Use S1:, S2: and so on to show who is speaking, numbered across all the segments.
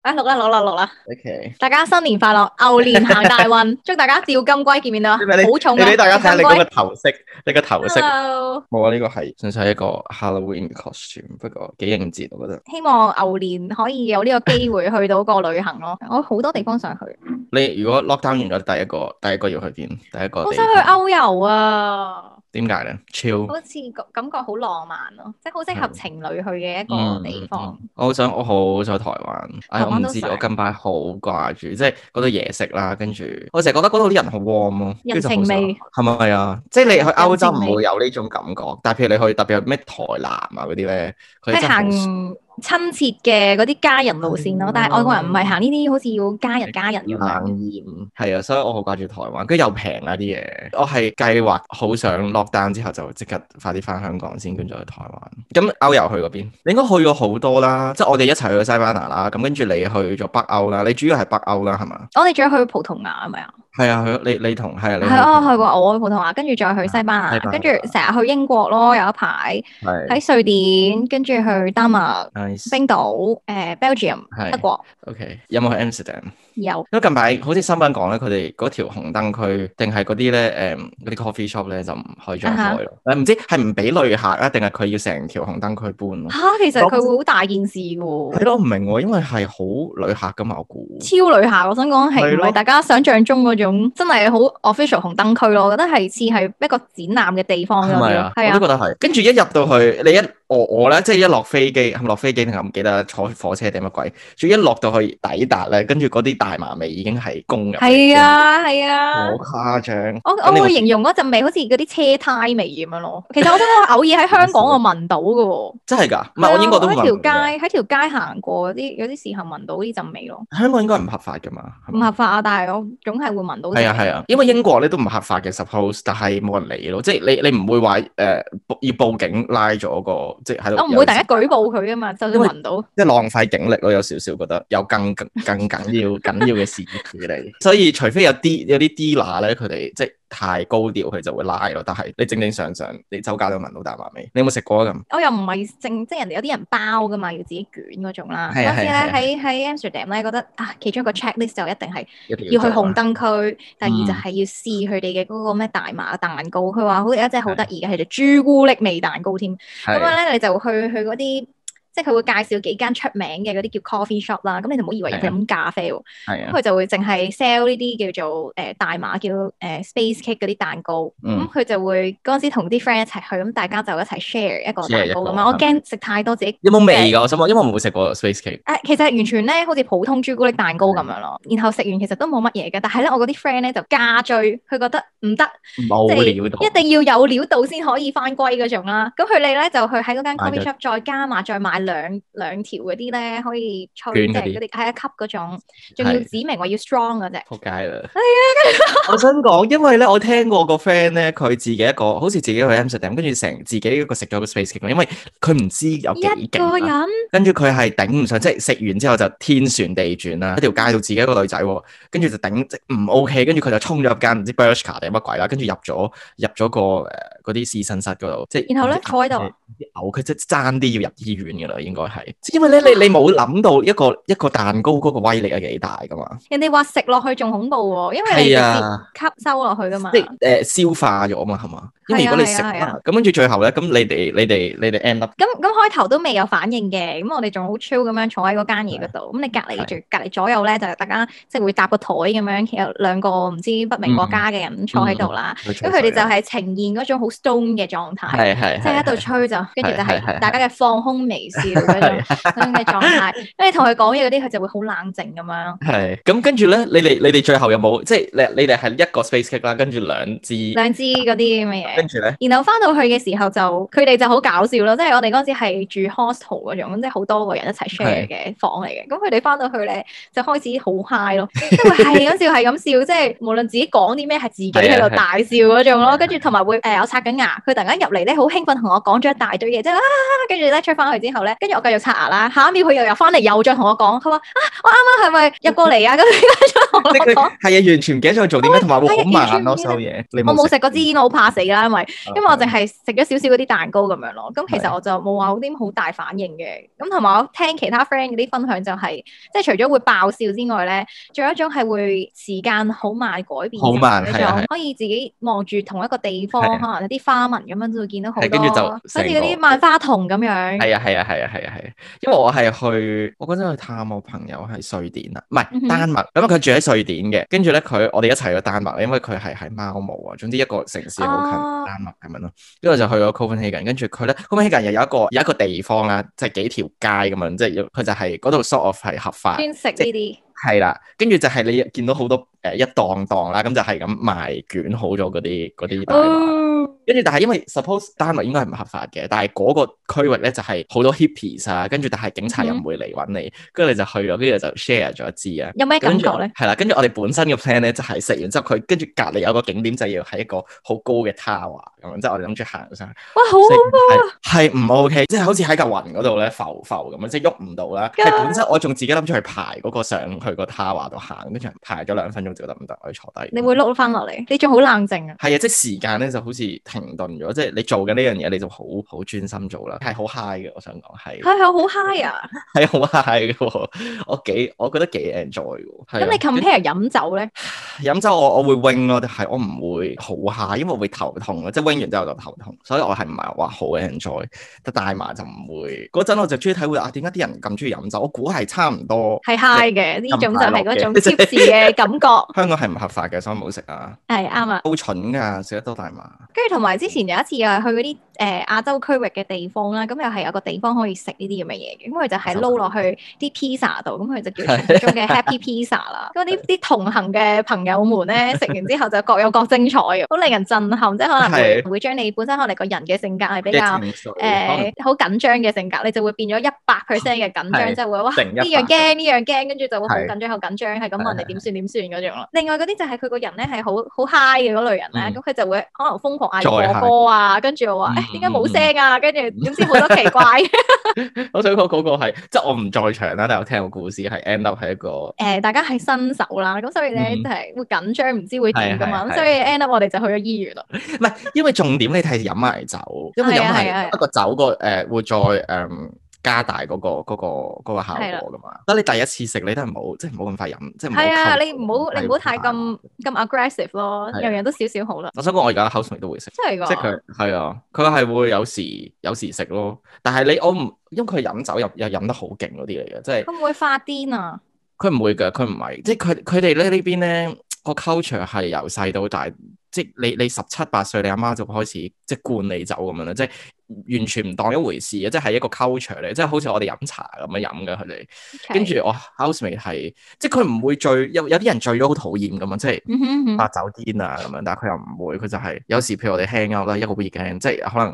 S1: 啊，錄啦錄啦錄啦！
S2: O K，
S1: 大家新年快樂，牛年行大 運，祝大家照金龜見面到啊！
S2: 你咪
S1: 好重
S2: 你
S1: 啊！
S2: 俾大家睇下你嗰個
S1: 個
S2: 頭飾，你個頭飾
S1: Hello，
S2: 冇啊！呢個係純粹係一個 Halloween costume，不過幾應節，我覺得。
S1: 希望牛年可以有呢個機會去到個旅行咯。我好多地方想去，
S2: 你如果 lockdown 完咗，第一個第一個要去邊？第一個
S1: 好
S2: 地
S1: 想去
S2: 方哦
S1: 歐遊啊！
S2: 點解咧？Chill。
S1: 好似感感覺好浪漫咯，即係好適合情侶去嘅一個
S2: 嗯
S1: 地方。
S2: 嗯我好想，我好想去台灣。唉，
S1: 台
S2: 我
S1: 灣
S2: 唔
S1: 都
S2: 知，
S1: 想
S2: 我近排好掛住，即係嗰度嘢食啦，跟住我成日覺得嗰度啲人好 warm 咯，
S1: 人情味
S2: 係咪啊？即係你去歐洲
S1: 人情味
S2: 唔會有呢種感覺，但係譬如你去特別係咩台南啊嗰啲咧，佢
S1: 即
S2: 真
S1: 係
S2: 係好
S1: 行親切嘅嗰啲家人路線咯，但係外國人唔係行呢啲，好似要家
S2: 嗯
S1: 人家人咁樣。
S2: 冷豔係啊，所以我好掛住台灣，跟住又平啊啲嘢。我係計劃好想落單之後就即刻快啲翻香港先，跟住再去台灣。咁歐遊去嗰邊，你應該去過好多啦，即係我哋一齊去咗西班牙啦，咁跟住你去咗北歐啦，你主要係北歐啦，係嘛？
S1: 我哋仲要去葡萄牙係咪啊？
S2: 係啊，去你你同係啊，你
S1: 係啊，去過我去葡萄牙，跟住再去西班牙
S2: 西，班牙
S1: 跟住成日去英國咯，有一排
S2: 係
S1: 喺瑞典，跟住去丹麥、
S2: nice
S1: 冰島、誒 Belgium、
S2: 係
S1: 德國
S2: OK，有冇去 Amsterdam？
S1: 有。
S2: 因為近排好似新聞講咧，佢哋嗰條紅燈區定係嗰啲咧誒嗰啲 coffee shop 咧就唔可以再
S1: 啊哈
S2: 開咯，誒唔知係唔俾旅客啊，定係佢要成條紅燈區搬咯？
S1: 嚇，其實佢會好大件事嘅喎
S2: 係。咯，我唔明喎，因為係好旅客噶嘛，我估。
S1: 超旅客，我想講係
S2: 係
S1: 唔
S2: 咯
S1: 係大家想象中嗰種真係好 official 紅燈區咯？我覺得係似係一個展覽嘅地方咁
S2: 係咪
S1: 樣
S2: 啊，？
S1: 係
S2: 我都
S1: 啊，
S2: 覺得係。跟住一入到去，你一我我咧，即係一落飛機，係咪落飛機定係唔記得啦？坐火車定乜鬼？仲要一落到去抵達咧，跟住嗰啲大麻味已經係攻入嚟。
S1: 係啊，係啊
S2: 好。誇張。
S1: 我
S2: 咁你
S1: 我會
S2: 會
S1: 形容嗰陣味好似嗰啲車胎味咁樣咯。其實我真係偶爾喺香港我聞到嘅喎。
S2: 真係㗎，唔
S1: 係
S2: 係
S1: 啊
S2: 我英國都
S1: 喺
S2: 聞
S1: 條
S2: 唔到嘅。
S1: 街喺條街行過，有啲有啲時候聞到呢陣味咯，
S2: 香港應該唔合法㗎嘛？係
S1: 唔
S2: 嘛
S1: 合法啊！但係我總係會聞到。
S2: 係啊係啊，因為英國咧都唔合法嘅，suppose，但係冇人理咯，即係你你唔會話誒、呃報要報警拉咗個，即係喺度。
S1: 我哦唔會突然間舉報佢噶嘛，就算
S2: 因為
S1: 聞到。
S2: 即係浪費警力咯，有少少覺得有更更更緊要 緊要嘅事要處理，所以除非有啲有啲 dealer 咧，佢哋即係太高調，佢就會拉咯。但係你正正常常，你周街都聞到大麻味，你有冇食過啊？咁？
S1: 我又唔係正，即係人哋有啲人包噶嘛，要自己卷嗰種啦。
S2: 係
S1: 嗰
S2: 啊
S1: 陣時
S2: 係啊
S1: 咧喺喺 Amsterdam 咧，覺得啊，其中一個 checklist 就一定係
S2: 一定
S1: 要去
S2: 做啊
S1: 紅燈區，第二
S2: 嗯
S1: 就係要試佢哋嘅嗰個咩大麻蛋糕。佢話好似有一隻好得意嘅，係隻朱古力味蛋糕添。咁啊
S2: 係啊
S1: 樣咧，你就去去嗰啲，即係佢會介紹幾間出名嘅嗰啲叫 coffee shop 啦。咁你就唔好以為
S2: 係啊
S1: 佢飲咖啡喎，
S2: 係
S1: 咁
S2: 啊，
S1: 佢就會淨係 sell 呢啲叫做誒、呃大麻叫誒、呃 space cake 嗰啲蛋糕。咁啊
S2: 嗯，
S1: 佢就會嗰陣時同啲 friend 一齊去，咁大家就一齊 share 一個
S2: share
S1: 蛋
S2: 一
S1: 糕
S2: 個啊
S1: 咁樣。我驚食太多自己。
S2: 有冇味㗎？我想問，因為我冇食過 space cake，
S1: 誒，其實完全咧，好似普通朱古力蛋糕咁樣咯。然後食完其實都冇乜嘢嘅，但係咧，我嗰啲 friend 咧就加醉，佢覺得唔得，
S2: 冇
S1: 即係
S2: 料到，
S1: 一定要有料到先可以翻歸嗰種啦。咁佢哋咧就去喺嗰間
S2: 買
S1: coffee
S2: 咗
S1: shop 再加碼，再買兩兩條嗰啲咧可以吹，即
S2: 捲嗰
S1: 係
S2: 啲
S1: 嗰啲係一級嗰種，仲要
S2: 係
S1: 指明話要 strong 嗰只。
S2: 仆街 啦！
S1: 啊
S2: 我想講，因為咧，我聽過個 friend 咧，佢自己一個，好似自己去 Amsterdam，跟住成自己一個食咗個 space cake，因為佢唔知有
S1: 一
S2: 幾勁
S1: 個
S2: 啊
S1: 人
S2: 跟住佢係頂唔順，即係食完之後就天旋地轉啦，喺條街度自己一個女仔喎，跟住就頂即係唔 OK，跟住佢就衝咗入間唔知 Bershka 定乜鬼啦，跟住入咗入咗個誒嗰啲試身室嗰度，即係
S1: 然後咧
S2: 唔知嗯
S1: 坐喺度
S2: 嘔嘔，佢即係爭啲要入醫院噶啦，應該係，即係因為咧你你冇諗到一個一個蛋糕嗰個威力係幾大噶嘛，
S1: 人哋話食落去仲恐怖喎，因為你直
S2: 係
S1: 接
S2: 啊。
S1: 吸收落去噶嘛
S2: 即。係誒消化咗嘛，係嘛？因為如果你
S1: 係
S2: 食
S1: 啊係啊係啊
S2: 啦，咁跟住最後咧，咁你哋你哋你哋 end up
S1: 咁咁開頭都未有反應嘅，咁我哋仲好 chill 咁樣坐喺嗰間嘢嗰度。咁你隔離
S2: 係
S1: 住隔離左右咧，就大家即係會搭個台咁樣，有兩個唔知不
S2: 嗯
S1: 明國家嘅人坐喺度啦。
S2: 去
S1: 咁
S2: 吹
S1: 佢哋
S2: 水
S1: 就
S2: 啦
S1: 係呈現嗰種好 stone 嘅狀態，
S2: 係係
S1: 即係喺度
S2: 係
S1: 吹就，跟住就
S2: 係係
S1: 係
S2: 係
S1: 大家嘅放空微笑嗰種咁樣嘅狀態。 咁你同佢講嘢嗰啲，佢就會好冷靜咁樣。
S2: 係咁跟住咧，你哋你哋最後有冇即係你你哋係一個 space cake 啦，跟住兩支，
S1: 兩支嗰啲咁嘅嘢。
S2: 跟住咧
S1: 然後翻到去嘅時候就佢哋就好搞笑咯，即係我哋嗰陣時係住 hostel 嗰種，即係好多個人一齊 share 嘅房嚟嘅。咁佢哋翻到去咧就開始好 high 咯，即係會係咁笑係咁笑，即係無論自己講啲咩係自己喺度大笑嗰種咯。跟住同埋會誒、呃我刷緊緊牙，佢突然間入嚟咧，好興奮同我講咗一大堆嘢，即係啊，跟住咧出翻去之後咧，跟住我繼續刷牙啦，下一秒佢又入翻嚟，又再同我講，佢話啊，我啱啱係咪入過嚟啊？跟住再同我
S2: 即係佢
S1: 講。
S2: 係啊，完全唔記得咗做啲咩，同埋會好慢咯，
S1: 哦係啊
S2: 收
S1: 完
S2: 嘢。你
S1: 我冇
S2: 食
S1: 食過支煙，我好怕死啦，因為
S2: 啊
S1: 因為我淨係食咗少少嗰啲蛋糕咁樣咯。咁其
S2: 係
S1: 實嗯我就冇話好啲好大反應嘅。咁同埋我聽其他 friend 嗰啲分享就係、即係除咗會爆笑之外咧，仲有一種係會時間好慢改變，
S2: 好慢
S1: 嗰
S2: 係啊係
S1: 種可以自己望住同一個地方，
S2: 係啊
S1: 可能有啲花紋咁樣就會見到好
S2: 係跟住就
S1: 多，好似
S2: 成
S1: 嗰啲
S2: 個
S1: 萬花筒咁樣。
S2: 係啊係啊係啊係啊係啊，因為我係去我嗰陣去探我朋友係瑞典啊，唔
S1: 嗯哼
S2: 係丹麥，咁佢住喺瑞典嘅，跟住咧佢我哋一齊去丹麥，因為佢係喺貓毛啊，總之一個城市好近
S1: 哦
S2: 丹麥咁樣咯，跟住就去咗 Copenhagen，跟住佢咧 Copenhagen 又有一個有一個地方啦，即係幾條街咁樣，即係有佢就係嗰度 sort of 係合法。
S1: 專食呢啲，
S2: 係啦，跟住就係你見到好多誒、呃一檔檔啦，咁就係咁賣捲好咗嗰啲嗰啲大麻，
S1: 哦
S2: 跟住但係因為 suppose 丹麥應該係唔合法嘅，但係嗰個區域咧就係好多 hippies 啊，跟住但係警察又
S1: 嗯
S2: 唔會嚟揾你，跟住你就去咗，跟住就 share 咗一支啊。
S1: 有咩感
S2: 跟住
S1: 覺
S2: 我
S1: 咧？
S2: 係啦，跟住我哋本身嘅 plan 咧就係食完之後，佢跟住隔離有個景點就要喺一個好高嘅 tower 咁樣，即係我哋諗住行上去。
S1: 哇，好恐怖！
S2: 係唔 OK，即係好似喺嚿雲嗰度咧浮浮咁樣，即係喐唔到啦。
S1: God
S2: 係本身我仲自己諗住去排嗰個上去個塔華度行，跟住排咗兩分鐘就得唔得？我要坐低。
S1: 你會碌翻落嚟，你仲好冷靜啊！
S2: 係啊，即係時間咧就好似停頓咗，即係你做緊呢樣嘢你就好好專心做啦，係好 high 嘅。我想講係
S1: 係係好 high 啊！
S2: 係好 high 嘅喎，我幾我覺得幾 enjoy 嘅喎。係啊
S1: 咁你 compare 飲酒咧？
S2: 飲酒我我會 wing 咯，但係我唔會好 high，因為會頭痛咯，即係 wing 完之後就頭痛，所以我係唔係話好 enjoy。但大麻就唔會，嗰陣我就中意體會啊，點解啲人咁中意飲酒？我估係差唔多。
S1: 係 high 嘅，呢種就係嗰種
S2: 咁快樂嘅
S1: tips 嘅感覺，
S2: 香港係唔合法嘅，所以冇食啊，
S1: 係啱啊。
S2: 好蠢㗎，食得多大麻。
S1: 跟住同埋之前有一次又係去嗰啲誒亞洲區域嘅地方啦，咁又係有個地方可以食呢啲咁嘅嘢嘅，咁佢就係撈落去啲 pizza 度，咁佢就叫傳說中嘅 Happy Pizza 啦。咁啲啲同行嘅朋友們咧，食完之後就各有各精彩嘅，好令人震撼，即係可能會會將你本身可能你個人嘅性格係比較。
S2: 嘅情緒可能
S1: 誒好緊張嘅性格，你就會變咗一百 percent 嘅緊張，
S2: 係
S1: 就會哇
S2: 定
S1: 呢
S2: 100%
S1: 樣驚呢樣驚，跟住就會好
S2: 係
S1: 緊張好緊張，係咁問
S2: 係
S1: 你
S2: 係
S1: 點算點算嗰種咯。另外嗰啲就係佢個人咧係好好 high 嘅嗰類人咧，
S2: 嗯
S1: 咁佢就會可能瘋狂嗌
S2: 再
S1: 你
S2: high
S1: 播歌啊，跟住我話
S2: 嗯
S1: 誒點解冇聲啊，跟住點知好多奇怪
S2: 我想講嗰個係，即係我唔在場啦，但係我聽個故事係 end up 係一個
S1: 誒大家係新手啦，咁所以咧
S2: 嗯
S1: 就係會緊張，唔知會點噶嘛，
S2: 係係
S1: 咁
S2: 係
S1: 所以 end up 我哋就去咗醫院啦。
S2: 唔係，因為重點你係飲埋酒，因為
S1: 係
S2: 飲
S1: 啊係啊係啊
S2: 埋一個酒個誒會再誒、加大嗰、個嗰、個嗰個
S1: 係啦
S2: 效果噶嘛。得你第一次食，你都係唔好，即係唔好咁快飲，即係唔好
S1: 係啊，
S2: 溝
S1: 你唔好你唔好太。
S2: 係
S1: 咁咁 aggressive 咯，
S2: 係啊
S1: 樣樣都少少好啦，
S2: 我想講，我而家口水都會食，
S1: 真係
S2: 即
S1: 㗎。
S2: 係佢係啊，佢係會有時有時食咯。但係你我唔，因為佢飲酒又又飲得好勁嗰啲嚟嘅，即係
S1: 會唔會發癲啊？
S2: 佢唔會㗎，佢唔係，即係佢佢哋咧呢邊咧個 culture 係由細到大，即係你你十七八歲，你阿媽就開始即係灌你酒咁樣啦，即係完全唔當一回事啊嘅，即係係一個 culture 嚟，即係好似我哋飲茶咁樣飲嘅佢哋。跟住我 housemate 係，即係佢唔會醉，有有啲人醉咗好討厭㗎嘛，即係。
S1: 嗯哼嗯哼
S2: 發酒癲啊咁樣，但係佢又唔會，佢就係、有時譬如我哋 hang out 啦，一個 weekend，即係可能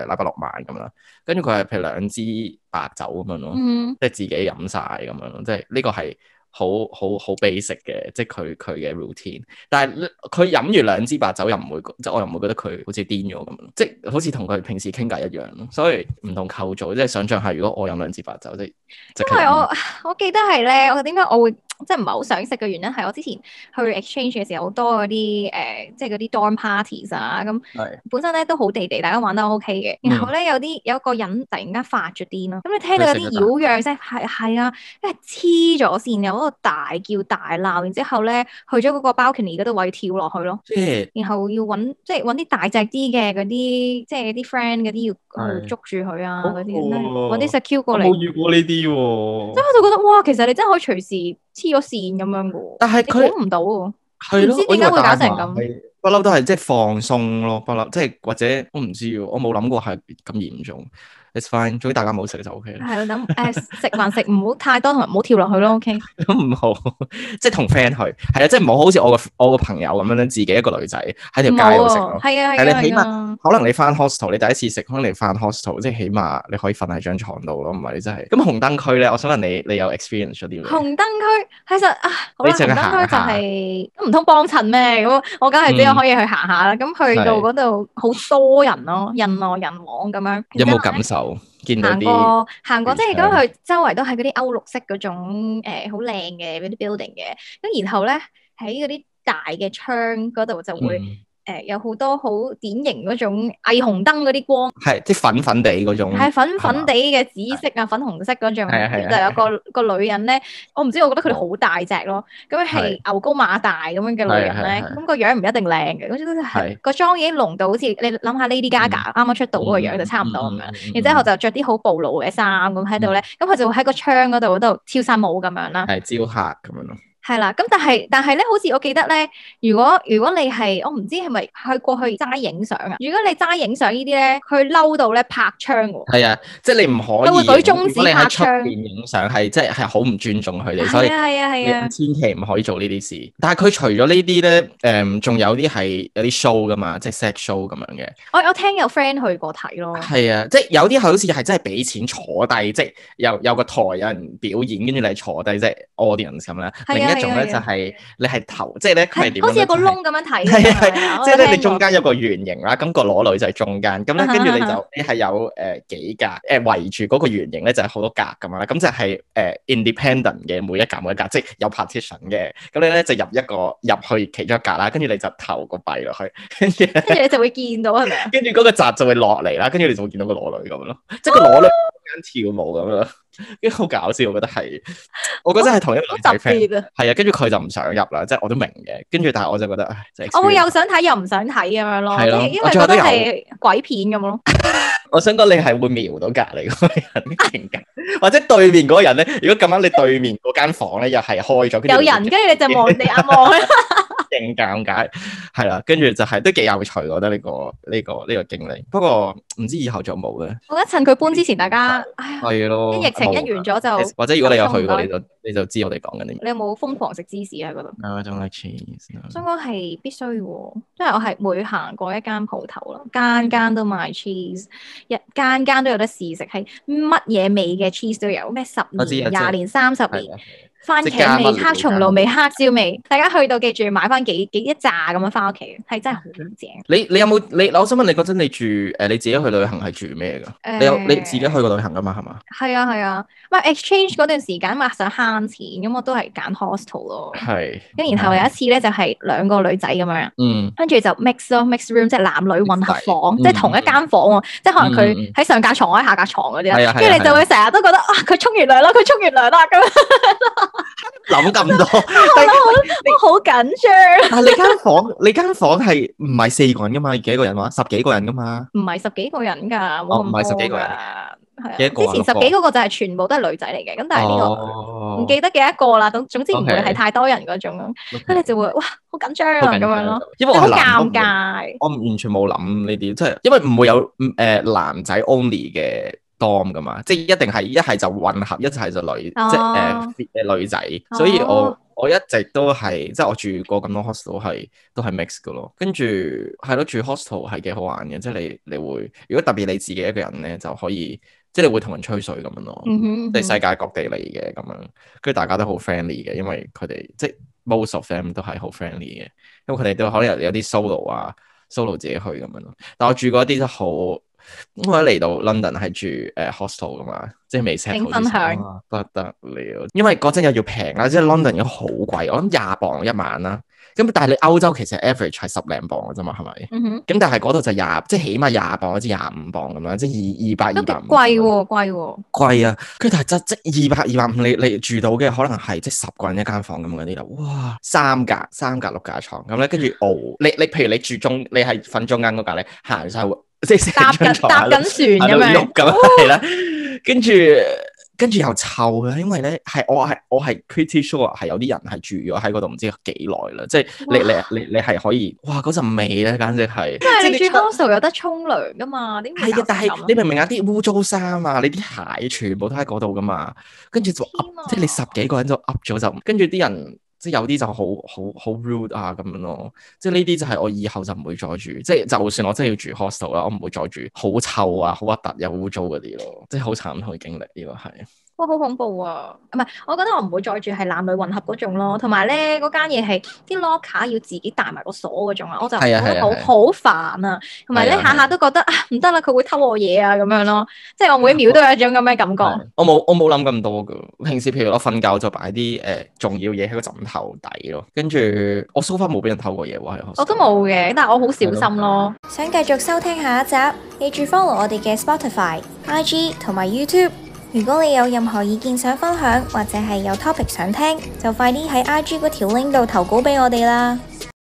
S2: 誒誒禮拜六晚咁啦，跟住佢係譬如兩支白酒咁樣咯，
S1: 嗯。
S2: 即係自己飲晒咁樣咯，即係呢個係好好好 basic 嘅，即係佢佢嘅 routine。但係佢飲完兩支白酒又唔會，即係我又唔會覺得佢好似癲咗咁樣，即係好似同佢平時傾偈一樣咯。所以唔同構造，即係想象下，如果我飲兩支白酒，即係即
S1: 因為
S2: 係
S1: 我我記得係咧，我點解我會即係唔係好想食嘅原因係我之前去 exchange 嘅時候好多嗰啲誒，即係嗰啲 dorm parties 啊，咁
S2: 係嗯
S1: 本身咧都好地地，大家玩得 OK 嘅。然後咧有啲有一個人突然間發咗癲咯，咁你聽到有
S2: 佢食
S1: 啲
S2: 咗
S1: 擾攘聲，係係啊，因為黐咗線，有嗰個大叫大鬧，然之後咧去咗嗰個 balcony 嗰度位跳落去咯。
S2: 即係
S1: 然後要揾即係揾啲大隻啲嘅嗰啲，即係啲 friend 嗰啲要
S2: 係
S1: 去捉住佢啊
S2: 好
S1: 嗰啲，
S2: 酷喎
S1: 揾啲 secure 過嚟
S2: 遇過呢啲喎
S1: 即係我就覺得哇，其實你真係可以隨時黐咗線咁樣噶
S2: 但係
S1: 喎，
S2: 佢
S1: 你。估唔到喎。
S2: 係咯
S1: 唔知，
S2: 我以
S1: 點解
S2: 為
S1: 會搞成
S2: 大麻
S1: 咁
S2: 係不嬲都係即係放鬆咯，不嬲即係或者我唔知喎，我冇諗過係咁嚴重。 ，it's fine，總之大家冇食就 OK 啦，
S1: 係咯，等 誒食還食唔好太多，同埋唔好跳落去咯。OK，
S2: 都唔好， 即係同 friend 去，係啊，即係唔好好似我個我個朋友咁樣樣，自己一個女仔喺條
S1: 唔
S2: 街
S1: 好
S2: 度食
S1: 啊，
S2: 咯。
S1: 係啊
S2: 但
S1: 係啊
S2: 你起
S1: 係啊，
S2: 可能你翻 hostel，你第一次食，可能你翻 hostel，即係起碼你可以瞓喺張床度咯，唔係你真係。咁紅燈區咧，我想問你，你有 experience 咗啲咩？
S1: 紅燈區其實啊，好啦，
S2: 你
S1: 紅
S2: 淨係
S1: 燈區就係咁唔通幫襯咩？咁我梗
S2: 嗯
S1: 係只有可以去行下啦。咁去到嗰度好多人咯，人來人往咁樣。
S2: 有冇感受？見到
S1: 行
S2: 啲
S1: 過行過，即係
S2: 地產
S1: 咁佢周圍都係嗰啲歐陸式嗰種誒好靚嘅嗰啲 building 嘅，咁然後咧喺嗰啲大嘅窗嗰度就會誒、
S2: 嗯
S1: 有好多好典型嗰種霓虹燈嗰啲光，
S2: 係即係粉粉地嗰種，
S1: 係、粉粉地嘅紫色啊、粉紅色嗰種，
S2: 嗯係啊係啊哦
S1: 就有個個女人咧，我唔知，我覺得佢哋好大隻咯，咁樣係牛高馬大咁樣嘅女人
S2: 係啊
S1: 咧
S2: 係，係
S1: 咁個樣唔一定靚嘅，嗰種都
S2: 係嗯
S1: 係個妝已經濃到好似你諗下 Lady Gaga 啱啱出道嗰個樣就差唔多咁樣。然之後就着啲好暴露嘅衫咁喺度
S2: 嗯
S1: 咧，咁佢就會喺個窗嗰度度跳晒舞咁樣啦，
S2: 係招客咁樣咯。
S1: 係啦。咁但係但係咧，好似我記得咧，如果如果你係我唔知係咪去過去齋影相啊？如果你齋影相呢啲咧，佢嬲到咧拍窗喎，
S2: 係啊，即係你唔可以
S1: 佢會舉
S2: 影
S1: 中指
S2: 如果你喺
S1: 拍
S2: 出
S1: 窗
S2: 邊影相係即係係好唔尊重佢哋，所以
S1: 係。啊係啊
S2: 你
S1: 係啊
S2: 千，祈唔可以做呢啲事，但係佢除咗呢啲咧，誒、仲有啲係有啲 show 噶嘛，即係 sex show 咁樣嘅，
S1: 我我聽有 friend 去過睇咯，
S2: 係啊，即係有啲好似係真係俾錢坐低，即係有有個台有人表演，跟住你坐低即係 audience 咁啦。
S1: 啊
S2: 另一種咧
S1: 係
S2: 就
S1: 啊
S2: 係你係頭，即係咧佢係
S1: 係
S2: 點
S1: 好似有
S2: 樣
S1: 個
S2: 咧？
S1: 窿咁樣睇㗎嘛，
S2: 係啊
S1: 咪
S2: 係，
S1: 我
S2: 即係咧
S1: 聽
S2: 你中
S1: 過
S2: 間有個圓形啦，咁個裸女就係中間，咁咧
S1: 啊哈
S2: 跟住你
S1: 啊哈
S2: 就你係有誒幾格誒圍住嗰個圓形咧，就係好多格咁樣啦，咁就係誒 independent 嘅每一格每一格，即係有 partition 嘅，咁你咧就入一個入去其中一格啦，跟住你就投個幣落去，跟住呢
S1: 跟住你就會見到係 咪啊？
S2: 跟住嗰個閘就會落嚟啦，跟住你就會見到個裸女咁樣咯，即係個裸女中間跳舞咁樣咯，跟住好搞笑，我覺得係，我覺得係同一個
S1: 好
S2: 女仔
S1: 特
S2: friend，
S1: 別啊！
S2: 係啊，跟住佢就唔想入啦，即係我都明嘅，跟住但係我就覺得，唉，真係
S1: 我會
S2: experience
S1: 又想睇又唔想睇咁樣咯，
S2: 係咯
S1: 因為因
S2: 我
S1: 為
S2: 最
S1: 覺
S2: 後都
S1: 得
S2: 有
S1: 係鬼片咁 咯。
S2: 我想講你係會瞄到隔離嗰個人 勁緊，或者對面嗰個人咧，如果咁啱你對面嗰間房咧又係開咗，跟住
S1: 有人，跟住你就望你啊 望 佢，
S2: 勁尷尬，係啦，跟住就係都幾有趣，我覺得呢、個呢、個呢、個經歷。不過唔知以後仲有冇咧，
S1: 我覺得趁佢搬之前，大家唉呀，
S2: 係咯，
S1: 一疫情一
S2: 冇
S1: 完咗就，
S2: 或者如果你有去
S1: 唔
S2: 過，
S1: 該
S2: 你就你就知我哋講緊啲咩。
S1: 你有冇瘋狂食芝士喺嗰度？
S2: No, I don't like cheese. no.
S1: 香港係必須喎，即係我係每行過一間鋪頭啦，間間都賣 cheese，一間間都有得試食，係乜嘢味嘅 cheese 都有，咩十
S2: 我知
S1: 年、
S2: 我知
S1: 廿年、三十
S2: 係
S1: 年，
S2: 啊
S1: 番
S2: 即係加
S1: 茄
S2: 乜料
S1: 味、黑松露味、黑椒味，大家去到記住買翻幾幾一扎咁樣翻屋企，係真係好正。
S2: 你你有冇你？我想問你嗰陣你住誒、你自己去旅行係住咩㗎？你有你自己去過旅行㗎嘛？係嘛？
S1: 係啊係啊，唔係 exchange 嗰段時間話想慳錢，咁我都係揀 hostel 咯。
S2: 係。
S1: 咁然後有一次咧就係、兩個女仔咁樣，
S2: 嗯。
S1: 跟住就 mix 咯，mix room 即係男女混合房，
S2: 嗯
S1: 即係同一間房喎，即係可能
S2: 嗯嗯
S1: 佢喺上架床，我喺下架床嗰啲
S2: 係
S1: 啦，
S2: 啊係啊
S1: 跟住你就會成日都覺得啊，佢沖完涼啦，佢沖完涼啦咁樣，
S2: 諗咁 多，但係
S1: 我好緊張。
S2: 但係啊你間房，你間房係唔係四個人噶嘛？幾個人話十幾個人噶嘛？
S1: 唔係十幾個人㗎，冇
S2: 哦唔係
S1: 咁
S2: 十幾
S1: 多
S2: 個
S1: 㗎。
S2: 人
S1: 係啊，
S2: 幾
S1: 之
S2: 多個啊
S1: 前十幾嗰個就係全部都係女仔嚟嘅，咁但係呢個
S2: 個
S1: 唔記得嘅一個啦，總總之唔會
S2: OK
S1: 係太多人嗰種咯，跟住就會哇好緊張啊咁樣咯。，
S2: 因為我
S1: 好
S2: 係男
S1: 尷。尬，
S2: 我唔我完全冇諗呢啲，即係因為唔會有嗯誒男仔 only 嘅 dom 噶嘛，即係一定係一係就混合，一係就女，
S1: 哦
S2: 即係誒誒女仔，所以我
S1: 哦。
S2: 我一直都係，即係我住過咁多 hostel 係都係 mix 噶咯，跟住係咯，住 hostel 係幾好玩嘅，即係你你會，如果特別你自己一個人咧，就可以即係你會同人吹水咁樣咯。
S1: 嗯哼，嗯
S2: 即係
S1: 哼
S2: 世界各地嚟嘅咁樣，跟住大家都好 friendly 嘅，因為佢哋即係 most of them 都係好 friendly 嘅，因為佢哋都可能有有啲 solo 啊，solo 自己去咁樣咯。但我住過一啲都好，我一嚟到 London 係住誒、呃 hostel 噶嘛，即係未 set
S1: 請
S2: 好啲
S1: 分享
S2: 錢啊不得了，因為嗰陣又要平啊啦，即係 London 而家好貴，我諗廿磅一晚啦。咁但係你歐洲其實 average 係十零磅嘅啫嘛，係咪？
S1: 嗯哼，
S2: 咁但係嗰度就廿，即係起碼廿磅或者廿五磅咁樣，即係二二百
S1: 都
S2: 二
S1: 幾
S2: 百五。
S1: 貴喎，貴喎，
S2: 貴啊！佢但係即即二百二百五，你你住到嘅可能係即十個人一間房咁嗰啲啦。哇，三格三格六格床咁咧，跟住熬你你譬如你住中，你係瞓中間嗰格咧，行晒會即係成
S1: 搭
S2: 張
S1: 緊
S2: 床
S1: 搭
S2: 喺度
S1: 緊
S2: 喺
S1: 船
S2: 度
S1: 咁樣，
S2: 喐咁樣係啦，跟住。跟住又臭嘅，因為咧係我係我係 pretty sure 係有啲人係住咗喺嗰度唔知幾耐啦，即係你你你你係可以，哇嗰陣味咧，簡直係
S1: 因為
S2: 即
S1: 你
S2: 係
S1: 住
S2: 出
S1: hostel 有得沖涼噶嘛，點解
S2: 係嘅，但係你
S1: 係
S2: 明唔明啊？啲污糟衫啊，你啲鞋全部都喺嗰度噶嘛，跟住就
S1: 天啊
S2: 噏，即係你十幾個人就噏咗就，跟住啲人即係有啲就好好好 rude 啊咁樣咯，即係呢啲就係我以後就唔會再住，即係就算我真係要住 hostel 啦，我唔會再住好臭啊、好核突又污糟嗰啲咯，即係好慘痛嘅經歷呢個係。
S1: 哇好恐怖啊！唔係，我覺得我唔會再住係男女混合嗰種咯，同埋咧嗰間嘢係啲 locker 要自己帶埋個鎖嗰種啊，我就覺
S2: 係啊係
S1: 得
S2: 啊
S1: 好
S2: 係啊
S1: 好煩啊，同埋咧
S2: 係啊
S1: 下下都覺得啊唔得啦，佢會偷我嘢啊咁樣咯，即係我每一秒都有一種咁嘅感覺。
S2: 係啊我冇我冇諗咁多噶。平時譬如我瞓覺就擺啲誒重要嘢喺個枕頭底咯，跟住我 so far 冇俾人偷過嘢喎，係
S1: 我都冇嘅，但係我好小心咯。
S3: 想繼續收聽下一集，記住 follow 我哋嘅 Spotify、IG 同埋 YouTube。如果你有任何意見想分享，或者係有 topic 想聽，就快啲喺 IG 嗰條 link 度投稿俾我哋啦。